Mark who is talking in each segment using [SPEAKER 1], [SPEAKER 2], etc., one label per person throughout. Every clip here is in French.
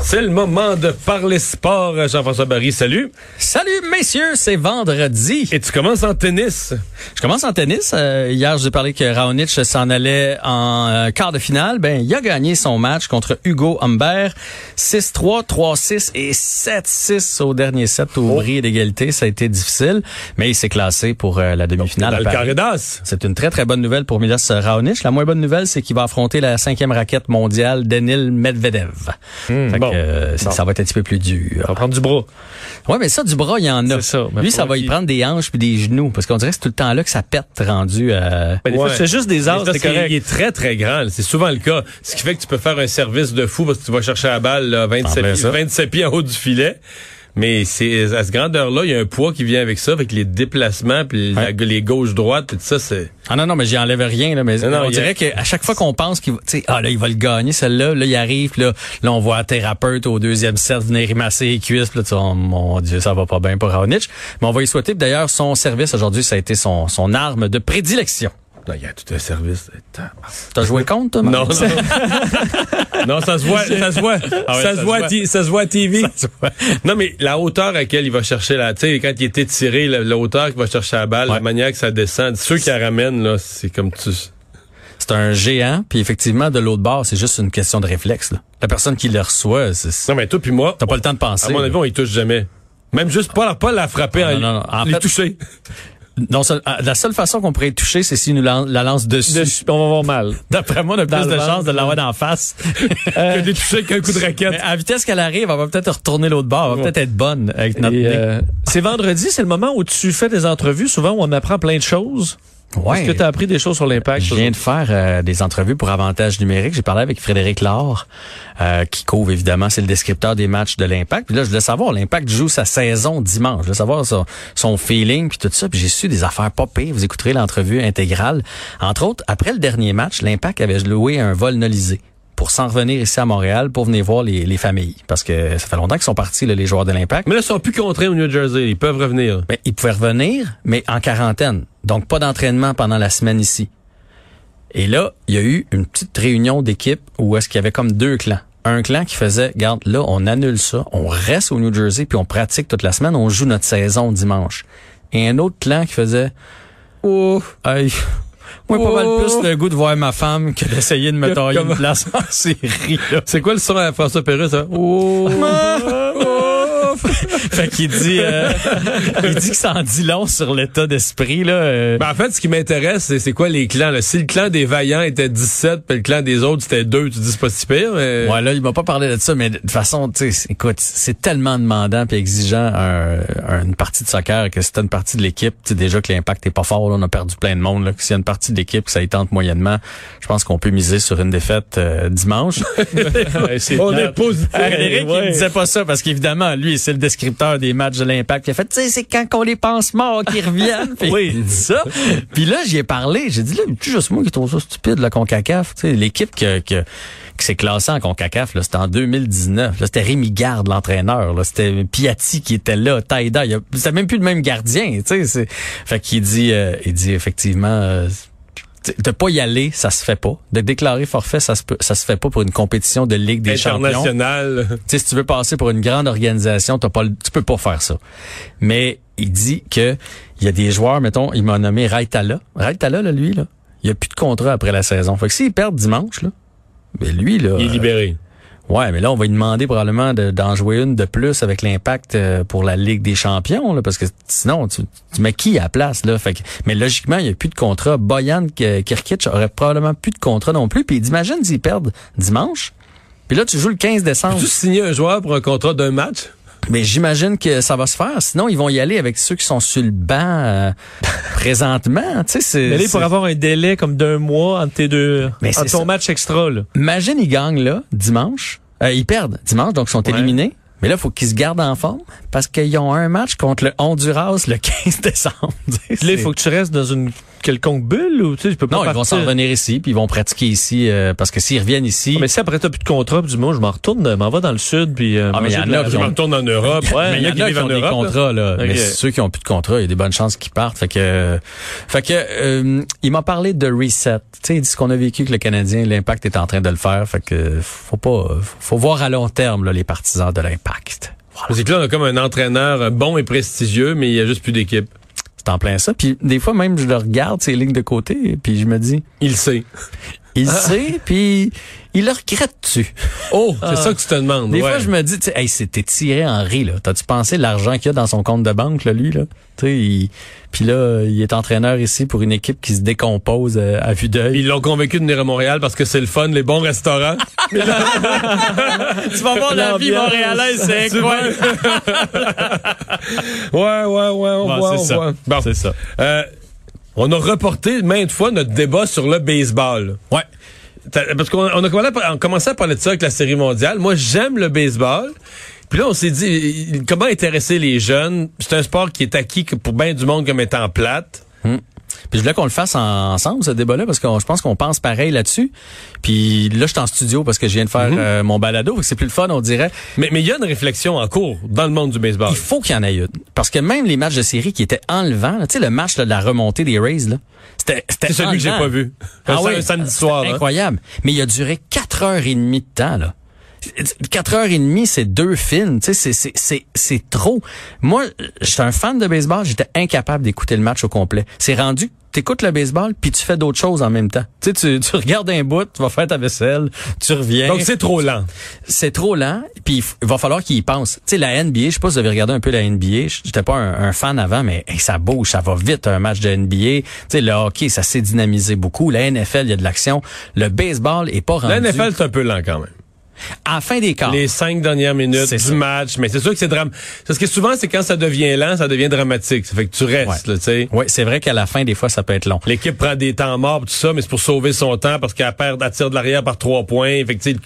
[SPEAKER 1] C'est le moment de parler sport. euh, Jean-François Barry, salut.
[SPEAKER 2] Salut messieurs, c'est vendredi.
[SPEAKER 1] Et tu commences en tennis.
[SPEAKER 2] Je commence en tennis. Euh, hier, je vous ai parlé que Raonic s'en allait en euh, quart de finale. Ben, il a gagné son match contre Hugo Humbert. 6-3, 3-6 et 7-6 au dernier set
[SPEAKER 1] Oh.
[SPEAKER 2] au bris d'égalité. Ça a été difficile, mais il s'est classé pour euh, la demi-finale.
[SPEAKER 1] Dans
[SPEAKER 2] à
[SPEAKER 1] le
[SPEAKER 2] Paris.
[SPEAKER 1] carré d'as.
[SPEAKER 2] C'est une très, très bonne nouvelle pour Milos Raonic. La moins bonne nouvelle, c'est qu'il va affronter la cinquième raquette mondiale, Denil Medvedev. Fait que,
[SPEAKER 1] bon.
[SPEAKER 2] euh, c'est-
[SPEAKER 1] Bon.
[SPEAKER 2] Ça va être un petit peu plus dur.
[SPEAKER 1] On va prendre du bras.
[SPEAKER 2] Ouais, mais ça, du bras, il y en a.
[SPEAKER 1] C'est ça. Mais
[SPEAKER 2] Lui,
[SPEAKER 1] faut
[SPEAKER 2] ça va y
[SPEAKER 1] qu'il-
[SPEAKER 2] prendre des hanches puis des genoux, parce qu'on dirait que c'est tout le temps là que ça pète rendu euh, à...
[SPEAKER 1] Ben, des fois, Ouais. c'est
[SPEAKER 2] juste des
[SPEAKER 1] Mais parce qu'il- Il est très, très grand. C'est souvent le cas. Ce qui fait que tu peux faire un service de fou parce que tu vas chercher la balle là, 27,
[SPEAKER 2] Ah, ben
[SPEAKER 1] pieds,
[SPEAKER 2] ça.
[SPEAKER 1] 27 pieds en haut du filet. Mais c'est à cette grandeur-là, il y a un poids qui vient avec ça, avec les déplacements, puis la-
[SPEAKER 2] Ouais.
[SPEAKER 1] les gauches-droites, tout ça, c'est...
[SPEAKER 2] Ah non, non, mais j'y enlève rien. Là, mais
[SPEAKER 1] Non, non,
[SPEAKER 2] on
[SPEAKER 1] il y a-
[SPEAKER 2] dirait qu'à chaque fois qu'on pense qu'il va... tu sais, Ah là, il va le gagner, celle-là. Là, il arrive, puis là, là, on voit un thérapeute au deuxième set venir masser les cuisses. Puis là, tu dis, oh, mon Dieu, ça va pas bien pour Raonic. Mais on va y souhaiter. Puis D'ailleurs, son service aujourd'hui, ça a été son, son arme de prédilection.
[SPEAKER 1] Non, il y a tout un service. Attends.
[SPEAKER 2] T'as joué contre, toi?
[SPEAKER 1] Non,
[SPEAKER 2] Mario?
[SPEAKER 1] non. non, ça se voit, ça se voit,
[SPEAKER 2] Ah ouais,
[SPEAKER 1] Ah ça,
[SPEAKER 2] ça
[SPEAKER 1] se
[SPEAKER 2] se
[SPEAKER 1] voit,
[SPEAKER 2] voit.
[SPEAKER 1] ti- ça se voit à TV. non, mais la hauteur à laquelle il va chercher la, tu sais, quand il est étiré, la, la hauteur qu'il va chercher la balle, la
[SPEAKER 2] Ouais.
[SPEAKER 1] manière que ça descend, ceux qui la ramènent, là, c'est comme tu,
[SPEAKER 2] C'est un géant. Puis effectivement, de l'autre bord, c'est juste une question de réflexe. là. La personne qui le reçoit, c'est...
[SPEAKER 1] non, mais toi puis moi,
[SPEAKER 2] T'as pas le temps de penser.
[SPEAKER 1] à mon
[SPEAKER 2] là.
[SPEAKER 1] avis, on y touche jamais. Même juste pas, la- pas la frapper,
[SPEAKER 2] Ah,
[SPEAKER 1] en-
[SPEAKER 2] non, non, non. En
[SPEAKER 1] les
[SPEAKER 2] fait-
[SPEAKER 1] toucher.
[SPEAKER 2] Non, seul- ah, la seule façon qu'on pourrait y toucher, c'est si nous la, la lance dessus.
[SPEAKER 3] on va voir mal.
[SPEAKER 2] D'après moi, on a
[SPEAKER 3] Dans
[SPEAKER 2] plus
[SPEAKER 3] le
[SPEAKER 2] de
[SPEAKER 3] ventre,
[SPEAKER 2] chances de l'avoir d'en face.
[SPEAKER 1] que de les toucher avec un coup de
[SPEAKER 2] Euh, Mais
[SPEAKER 1] raquette.
[SPEAKER 2] à la vitesse qu'elle arrive, elle va peut-être retourner l'autre bord. Elle va
[SPEAKER 1] Ouais.
[SPEAKER 2] peut-être être bonne avec notre
[SPEAKER 3] Et,
[SPEAKER 2] nez.
[SPEAKER 3] euh, c'est vendredi, c'est le moment où tu fais des entrevues, souvent où on apprend plein de choses.
[SPEAKER 2] Ouais.
[SPEAKER 3] Est-ce que tu as appris des choses sur l'impact?
[SPEAKER 2] Je viens de faire euh, des entrevues pour Avantage numérique. J'ai parlé avec Frédéric Laure, euh, qui couvre évidemment, c'est le descripteur des matchs de l'Impact. Puis là, je voulais savoir, l'Impact joue sa saison dimanche. Je voulais savoir son, son feeling puis tout ça. Puis j'ai su des affaires pas pires. Vous écouterez l'entrevue intégrale. Entre autres, après le dernier match, l'Impact avait loué un vol nolisé pour s'en revenir ici à Montréal pour venir voir les, les familles. Parce que ça fait longtemps qu'ils sont partis, là, les joueurs de l'Impact.
[SPEAKER 1] Mais là, ils sont plus contraints au New Jersey. Ils peuvent revenir.
[SPEAKER 2] Ben, il pouvait revenir, mais en quarantaine. Donc, pas d'entraînement pendant la semaine ici. Et là, il y a eu une petite réunion d'équipe où est-ce qu'il y avait comme deux clans. Un clan qui faisait, garde, là, on annule ça, on reste au New Jersey, puis on pratique toute la semaine, on joue notre saison dimanche. Et un autre clan qui faisait, oh, aïe, moi, pas mal plus le goût de voir ma femme que d'essayer de me tailler une place en série. là.
[SPEAKER 1] C'est quoi le son à François Perrus, hein?
[SPEAKER 2] fait qu'il dit, euh, il dit que ça en dit long sur l'état d'esprit, là. euh,
[SPEAKER 1] Ben, en fait, ce qui m'intéresse, c'est, c'est quoi les clans. Là. Si le clan des vaillants était 17, puis le clan des autres, c'était 2, tu dis c'est pas si pire. Mais...
[SPEAKER 2] Ouais, là, il m'a pas parlé de ça, mais de toute façon, tu sais, c'est- écoute, c'est tellement demandant puis exigeant un- un- une partie de soccer que si t'as une partie de l'équipe, tu sais déjà que l'impact est pas fort, là, on a perdu plein de monde, là, que s'il y a une partie de l'équipe que ça y tente moyennement, je pense qu'on peut miser sur une défaite euh, dimanche.
[SPEAKER 1] On est positif.
[SPEAKER 2] Frédéric, il
[SPEAKER 3] ouais.
[SPEAKER 2] me disait pas ça parce qu'évidemment, lui, c'est le descripteur des matchs de l'Impact. Il a fait, tu sais, c'est quand qu'on les pense morts qu'ils reviennent. Puis
[SPEAKER 3] Oui.
[SPEAKER 2] il dit ça. Puis là, j'y ai parlé. J'ai dit, là, c'est juste moi qui trouve ça stupide, la CONCACAF. Tu sais, l'équipe que, que, qui s'est classée en CONCACAF, là, c'était en 2019. Là, c'était Rémi Garde, l'entraîneur. Là, c'était Piatti qui était là, Taïda. Il y a- C'était même plus le même gardien, tu sais. c'est- Fait qu'il dit, euh, il dit effectivement, euh, tu sais, de pas y aller, ça se fait pas. De déclarer forfait, ça se peut, ça se fait pas pour une compétition de Ligue des Champions.
[SPEAKER 1] international.
[SPEAKER 2] Tu sais, si tu veux passer pour une grande organisation, t'as pas, le- tu peux pas faire ça. Mais il dit que il y a des joueurs, mettons, il m'a nommé Raitala. Raitala, là, lui, là, il a plus de contrat après la saison. Fait que s'il perd dimanche, là, ben lui, là,
[SPEAKER 1] Il est libéré.
[SPEAKER 2] euh, ouais, mais là, on va lui demander probablement de- d'en jouer une de plus avec l'impact euh, pour la Ligue des Champions, là, parce que sinon, tu, tu mets qui à la place, là? Fait que, mais logiquement, il n'y a plus de contrat. Boyan K- Kirkic aurait probablement plus de contrat non plus. Puis il dit, imagine s'ils perdent dimanche. Puis là, tu joues le 15 décembre.
[SPEAKER 1] Tu signer un joueur pour un contrat d'un match?
[SPEAKER 2] Mais j'imagine que ça va se faire. Sinon, ils vont y aller avec ceux qui sont sur le banc euh, présentement. Tu sais, c'est-
[SPEAKER 3] Mais là, il
[SPEAKER 2] c'est-
[SPEAKER 3] faut avoir un délai comme d'un mois entre tes deux,
[SPEAKER 2] Mais
[SPEAKER 3] entre
[SPEAKER 2] c'est
[SPEAKER 3] ton
[SPEAKER 2] ça.
[SPEAKER 3] match extra, là.
[SPEAKER 2] Imagine, ils gagnent là, dimanche. Euh, ils perdent dimanche, donc ils sont éliminés. Mais là, il faut qu'ils se gardent en forme parce qu'ils ont un match contre le Honduras le 15 décembre. Tu sais,
[SPEAKER 3] Là,
[SPEAKER 2] c'est-
[SPEAKER 3] il faut que tu restes dans une quelconque bulle ou tu sais, je peux pas
[SPEAKER 2] Non, ils vont
[SPEAKER 3] partir.
[SPEAKER 2] s'en revenir ici, puis ils vont pratiquer ici, euh, parce que s'ils reviennent ici,
[SPEAKER 3] Mais si après t'as plus de contrat, puis du moins je m'en retourne, euh, m'en va dans le sud, puis euh,
[SPEAKER 2] Ah, mais
[SPEAKER 3] manger
[SPEAKER 2] y en
[SPEAKER 3] de la-
[SPEAKER 2] a qui
[SPEAKER 1] Je me
[SPEAKER 2] ont-
[SPEAKER 1] retourne en Europe.
[SPEAKER 3] Ouais,
[SPEAKER 1] mais
[SPEAKER 2] il y en a qui ont des contrats, là.
[SPEAKER 3] Ok.
[SPEAKER 2] Mais ceux qui ont plus de contrat, il y a des bonnes chances qu'ils partent. Fait que, euh, fait que, euh, il m'a parlé de reset. Tu sais, il dit ce qu'on a vécu avec le Canadien, l'impact est en train de le faire. Fait que, faut pas, faut voir à long terme, là, les partisans de l'impact. Voilà.
[SPEAKER 1] C'est que là, on a comme un entraîneur euh, bon et prestigieux, mais il n'y a juste plus d'équipe.
[SPEAKER 2] C'est en plein ça. Puis, des fois, même, je le regarde, ces lignes de côté, puis je me dis,
[SPEAKER 1] Il sait.
[SPEAKER 2] il sait, puis il le regrette-tu?
[SPEAKER 1] Oh, c'est ça que tu te demandes.
[SPEAKER 2] Ah. Des
[SPEAKER 1] ouais.
[SPEAKER 2] fois, je me dis, tu sais, hey, c'était tiré en riz, là. T'as-tu pensé l'argent qu'il y a dans son compte de banque, là, lui, là? Tu sais, il- puis là, il est entraîneur ici pour une équipe qui se décompose euh, à vue d'œil.
[SPEAKER 1] Ils l'ont convaincu de venir à Montréal parce que c'est le fun, les bons restaurants.
[SPEAKER 2] Tu vas voir
[SPEAKER 3] la vie montréalaise,
[SPEAKER 2] c'est incroyable.
[SPEAKER 1] Ouais, ouais, ouais, on
[SPEAKER 2] Ouais,
[SPEAKER 1] voit,
[SPEAKER 2] c'est
[SPEAKER 1] on
[SPEAKER 2] ça.
[SPEAKER 1] voit. Bon.
[SPEAKER 2] C'est ça.
[SPEAKER 1] Euh, on a reporté maintes fois notre débat sur le baseball.
[SPEAKER 2] Ouais.
[SPEAKER 1] T'as- Parce qu'on on a commencé à, par- on commençait à parler de ça avec la série mondiale. Moi, j'aime le baseball. Puis là, on s'est dit, il- comment intéresser les jeunes? C'est un sport qui est acquis que pour bien du monde comme étant plate.
[SPEAKER 2] Puis je voulais qu'on le fasse en- ensemble, ce débat-là, parce que je pense qu'on pense pareil là-dessus. Puis là, je suis en studio parce que je viens de
[SPEAKER 1] Mm-hmm.
[SPEAKER 2] faire euh, mon balado. fait que C'est plus le fun, on dirait.
[SPEAKER 1] Mais mais il y a une réflexion en cours dans le monde du baseball.
[SPEAKER 2] Il faut qu'il y en ait une. Parce que même les matchs de série qui étaient enlevants, là, tu sais, le match là, de la remontée des Rays, là, c'était
[SPEAKER 1] C'est celui que j'ai pas vu. Un
[SPEAKER 2] Ah
[SPEAKER 1] sam-
[SPEAKER 2] oui,
[SPEAKER 1] un samedi soir.
[SPEAKER 2] c'était
[SPEAKER 1] hein.
[SPEAKER 2] Incroyable. Mais il a duré 4 heures et demie de temps, là. 4 heures et demie, c'est deux films. Tu sais, c'est- c'est- c'est c'est trop. Moi, je suis un fan de baseball, j'étais incapable d'écouter le match au complet. C'est rendu que t'écoutes le baseball, puis tu fais d'autres choses en même temps. Tu, sais, tu, tu regardes un bout, tu vas faire ta vaisselle, tu reviens.
[SPEAKER 1] Donc, c'est trop lent.
[SPEAKER 2] C'est trop lent, puis il f- il va falloir qu'il y pense. Tu sais, la NBA, je sais pas si vous avez regardé un peu la NBA. j- J'étais pas un, un fan avant, mais hey, ça bouge, ça va vite un match de NBA. Tu sais, le hockey, ça s'est dynamisé beaucoup. La NFL, il y a de l'action. Le baseball est pas rendu.
[SPEAKER 1] La NFL, c'est un peu lent quand même.
[SPEAKER 2] à la fin des quarts.
[SPEAKER 1] Les cinq dernières minutes
[SPEAKER 2] C'est
[SPEAKER 1] du
[SPEAKER 2] ça.
[SPEAKER 1] match. Mais c'est sûr que c'est drame. Parce que souvent, c'est quand ça devient lent, ça devient dramatique. Ça fait que tu restes, là, tu sais.
[SPEAKER 2] Ouais, c'est vrai qu'à la fin, des fois, ça peut être long.
[SPEAKER 1] L'équipe prend des temps morts, tout ça, mais c'est pour sauver son temps parce qu'elle perd, elle tire de l'arrière par trois points. Fait que, tu sais,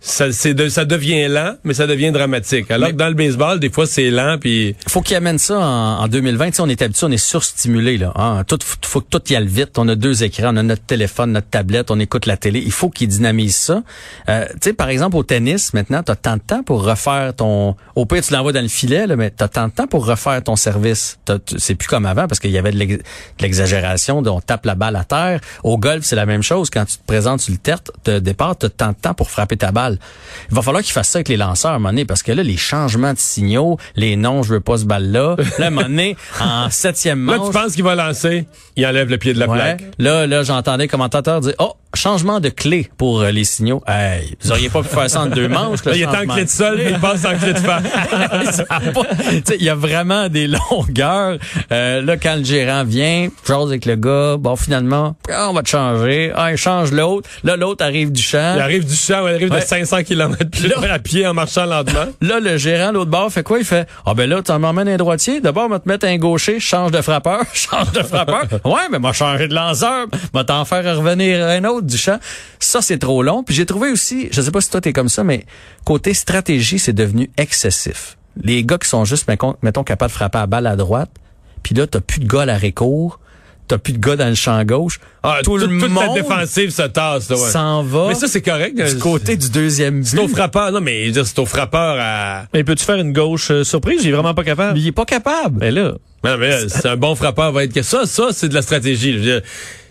[SPEAKER 1] ça, c'est de- ça devient lent, mais ça devient dramatique. Alors
[SPEAKER 2] Mais-
[SPEAKER 1] que dans le baseball, des fois, c'est lent, puis
[SPEAKER 2] faut qu'il amène ça en, en 2020. Tu sais, on est habitué, on est surstimulé. Là, hein. tout, faut, faut que tout y aille vite. On a deux écrans, on a notre téléphone, notre tablette, on écoute la télé. Il faut qu'il dynamise ça. Euh, tu sais, par exemple, au tennis, maintenant, tu as tant de temps pour refaire ton... Au pire, tu l'envoies dans le filet, là, mais tu as tant de temps pour refaire ton service. T'as- tu- C'est plus comme avant parce qu'il y avait de l'ex- de l'exagération, de- on tape la balle à terre. Au golf, c'est la même chose. Quand tu te présentes sur le terre, de départ, tu as tant de temps pour frapper ta balle. Il va falloir qu'il fasse ça avec les lanceurs, à un moment donné, parce que là, les changements de signaux, les non, je veux pas ce balle-là. Là, à un moment donné, en septième
[SPEAKER 1] là,
[SPEAKER 2] manche...
[SPEAKER 1] tu penses qu'il va lancer, il enlève le pied de la
[SPEAKER 2] Ouais.
[SPEAKER 1] plaque.
[SPEAKER 2] Là, là, j'entendais un commentateur dire, oh, changement de clé pour euh, les signaux. Hey, vous auriez pas pu faire ça en deux manches. le
[SPEAKER 1] Là, il est en
[SPEAKER 2] changement
[SPEAKER 1] clé de sol, puis il passe en clé de face.
[SPEAKER 2] Ça a pas- Tu sais, Il y a vraiment des longueurs. Euh, là, quand le gérant vient, jase avec le gars, bon, finalement, ah, on va te changer. Ah, il change l'autre. Là, l'autre arrive du champ.
[SPEAKER 1] Il arrive du champ, il arrive de
[SPEAKER 2] Ouais.
[SPEAKER 1] 500 km puis là, à pied en marchant lentement.
[SPEAKER 2] Là, le gérant, l'autre bord, fait quoi? Il fait, ah ben là, tu en m'emmènes un droitier. D'abord, on va te mettre un gaucher, change de frappeur, change de frappeur. Ouais, mais m'a changé de lanceur, m'a t'en faire revenir un autre du champ. Ça, c'est trop long. Puis j'ai trouvé aussi, je sais pas si toi t'es comme ça, mais côté stratégie, c'est devenu excessif. Les gars qui sont juste, mettons, mettons, capables de frapper à balle à droite, puis là, t'as plus de gars à la récours, t'as plus de gars dans le champ gauche.
[SPEAKER 1] Ah,
[SPEAKER 2] tout,
[SPEAKER 1] toute-
[SPEAKER 2] le
[SPEAKER 1] toute
[SPEAKER 2] monde
[SPEAKER 1] la défensive se tasse. là, ouais.
[SPEAKER 2] s'en va
[SPEAKER 1] Mais ça, c'est correct.
[SPEAKER 2] du côté du deuxième but.
[SPEAKER 1] C'est au frappeur. Non, mais je veux dire, c'est au frappeur à...
[SPEAKER 3] Mais peux-tu faire une gauche euh, surprise? J'ai vraiment pas capable.
[SPEAKER 2] Mais il est pas capable.
[SPEAKER 3] Mais là,
[SPEAKER 1] Mais non, mais Ben là, c'est un bon frappeur va être que ça, ça c'est de la stratégie. Je veux dire, tu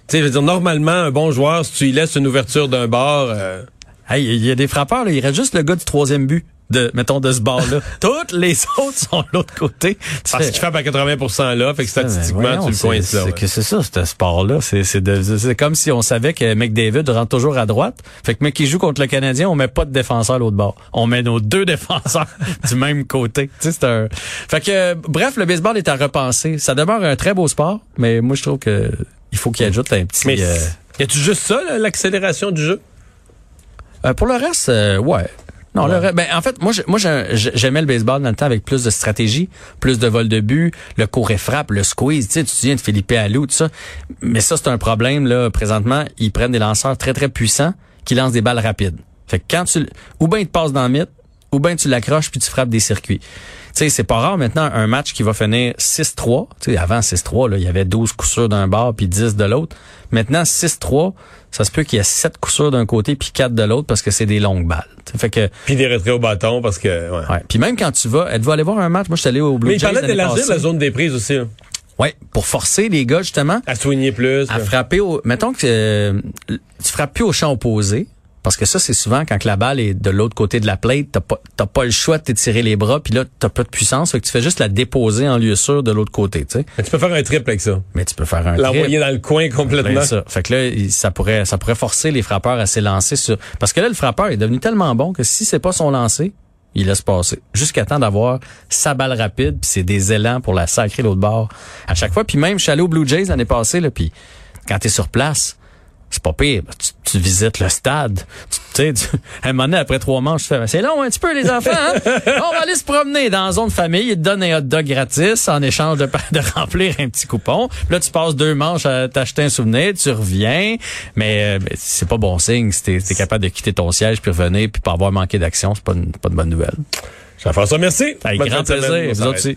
[SPEAKER 1] sais, je veux dire, normalement, un bon joueur, si tu lui laisses une ouverture d'un bord, euh,
[SPEAKER 2] Hey, il y a des frappeurs, là. Il reste juste le gars du troisième but. De, mettons, de ce bord-là. Toutes les autres sont de l'autre côté. Tu
[SPEAKER 1] parce
[SPEAKER 2] fais-
[SPEAKER 1] qu'il frappe à 80 là, fait que
[SPEAKER 2] Ah, ben,
[SPEAKER 1] statistiquement,
[SPEAKER 2] voyons,
[SPEAKER 1] tu le
[SPEAKER 2] c'est-
[SPEAKER 1] coinces là.
[SPEAKER 2] C'est
[SPEAKER 1] ouais.
[SPEAKER 2] que c'est ça, ce sport-là. C'est, c'est, de- c'est comme si on savait que McDavid rentre toujours à droite. Fait que, mec, qui joue contre le Canadien, on met pas de défenseur à l'autre bord. On met nos deux défenseurs du même côté. Tu sais, c'est un... Fait que, euh, bref, le baseball est à repenser. Ça demeure un très beau sport, mais moi, je trouve que il faut qu'il ajoute un petit...
[SPEAKER 1] Mais
[SPEAKER 2] euh,
[SPEAKER 1] y a-tu juste ça, là, l'accélération du jeu?
[SPEAKER 2] Euh, pour le reste, euh, ouais. Non, le reste- ben, en fait, moi, je- moi, j'ai- j'ai- j'aimais le baseball dans le temps avec plus de stratégie, plus de vol de but, le court et frappe, le squeeze. Tu sais, tu te souviens de Philippe Allou, tout ça. Mais ça, c'est un problème, là. Présentement, ils prennent des lanceurs très, très puissants qui lancent des balles rapides. Fait que quand tu, l- ou bien ils te passent dans le mythe, ou bien tu l'accroches puis tu frappes des circuits. Tu sais, sais, c'est pas rare maintenant un match qui va finir 6-3. Tu sais, avant 6-3, là, il y avait 12 coups sûrs d'un bord puis 10 de l'autre. Maintenant, 6-3, ça se peut qu'il y ait 7 coups sûrs d'un côté puis 4 de l'autre parce que c'est des longues balles. Tu sais, Fait que,
[SPEAKER 1] Puis des retraits au bâton parce que. ouais.
[SPEAKER 2] ouais. Puis même quand tu vas, êtes-vous allé voir un match? Moi, je suis allé au Blue
[SPEAKER 1] Mais il
[SPEAKER 2] Jays
[SPEAKER 1] parlait
[SPEAKER 2] l'année
[SPEAKER 1] d'élargir
[SPEAKER 2] passée.
[SPEAKER 1] la zone des prises aussi. hein.
[SPEAKER 2] Ouais, pour forcer les gars, justement,
[SPEAKER 1] À soigner plus.
[SPEAKER 2] à
[SPEAKER 1] là.
[SPEAKER 2] frapper au. Mettons que euh, tu frappes plus au champ opposé. Parce que ça, c'est souvent quand que la balle est de l'autre côté de la plate, t'as pas, t'as pas le choix de t'étirer les bras, puis là, t'as pas de puissance, fait que tu fais juste la déposer en lieu sûr de l'autre côté, tu sais.
[SPEAKER 1] Mais tu peux faire un triple avec ça.
[SPEAKER 2] Mais tu peux faire un trip.
[SPEAKER 1] L'envoyer dans le coin complètement.
[SPEAKER 2] Ben, ça. Fait que là, il- ça pourrait, ça pourrait forcer les frappeurs à s'élancer sur. Parce que là, le frappeur est devenu tellement bon que si c'est pas son lancer, il laisse passer. Jusqu'à temps d'avoir sa balle rapide, puis c'est des élans pour la sacrer l'autre bord à chaque fois. Puis même, je suis allé aux Blue Jays l'année passée, là, puis quand t'es sur place, c'est pas pire. Tu, tu visites le stade. Tu tu sais, tu- à un moment donné, après trois manches, tu fais, ben, c'est long un petit peu, les enfants, hein? On va aller se promener dans la zone famille. Ils te donnent un hot dog gratis en échange de, pa- de remplir un petit coupon. Puis là, tu passes deux manches à t'acheter un souvenir, tu reviens. Mais, euh, mais c'est pas bon signe si t'es, t'es capable de quitter ton siège puis revenir puis pas avoir manqué d'action. C'est pas une, pas une bonne nouvelle.
[SPEAKER 1] Jean-François, merci.
[SPEAKER 2] Avec
[SPEAKER 1] Bonne
[SPEAKER 2] grand
[SPEAKER 1] fin de semaine.
[SPEAKER 2] plaisir.
[SPEAKER 1] On
[SPEAKER 2] Vous
[SPEAKER 1] s'arrête.
[SPEAKER 2] autres aussi.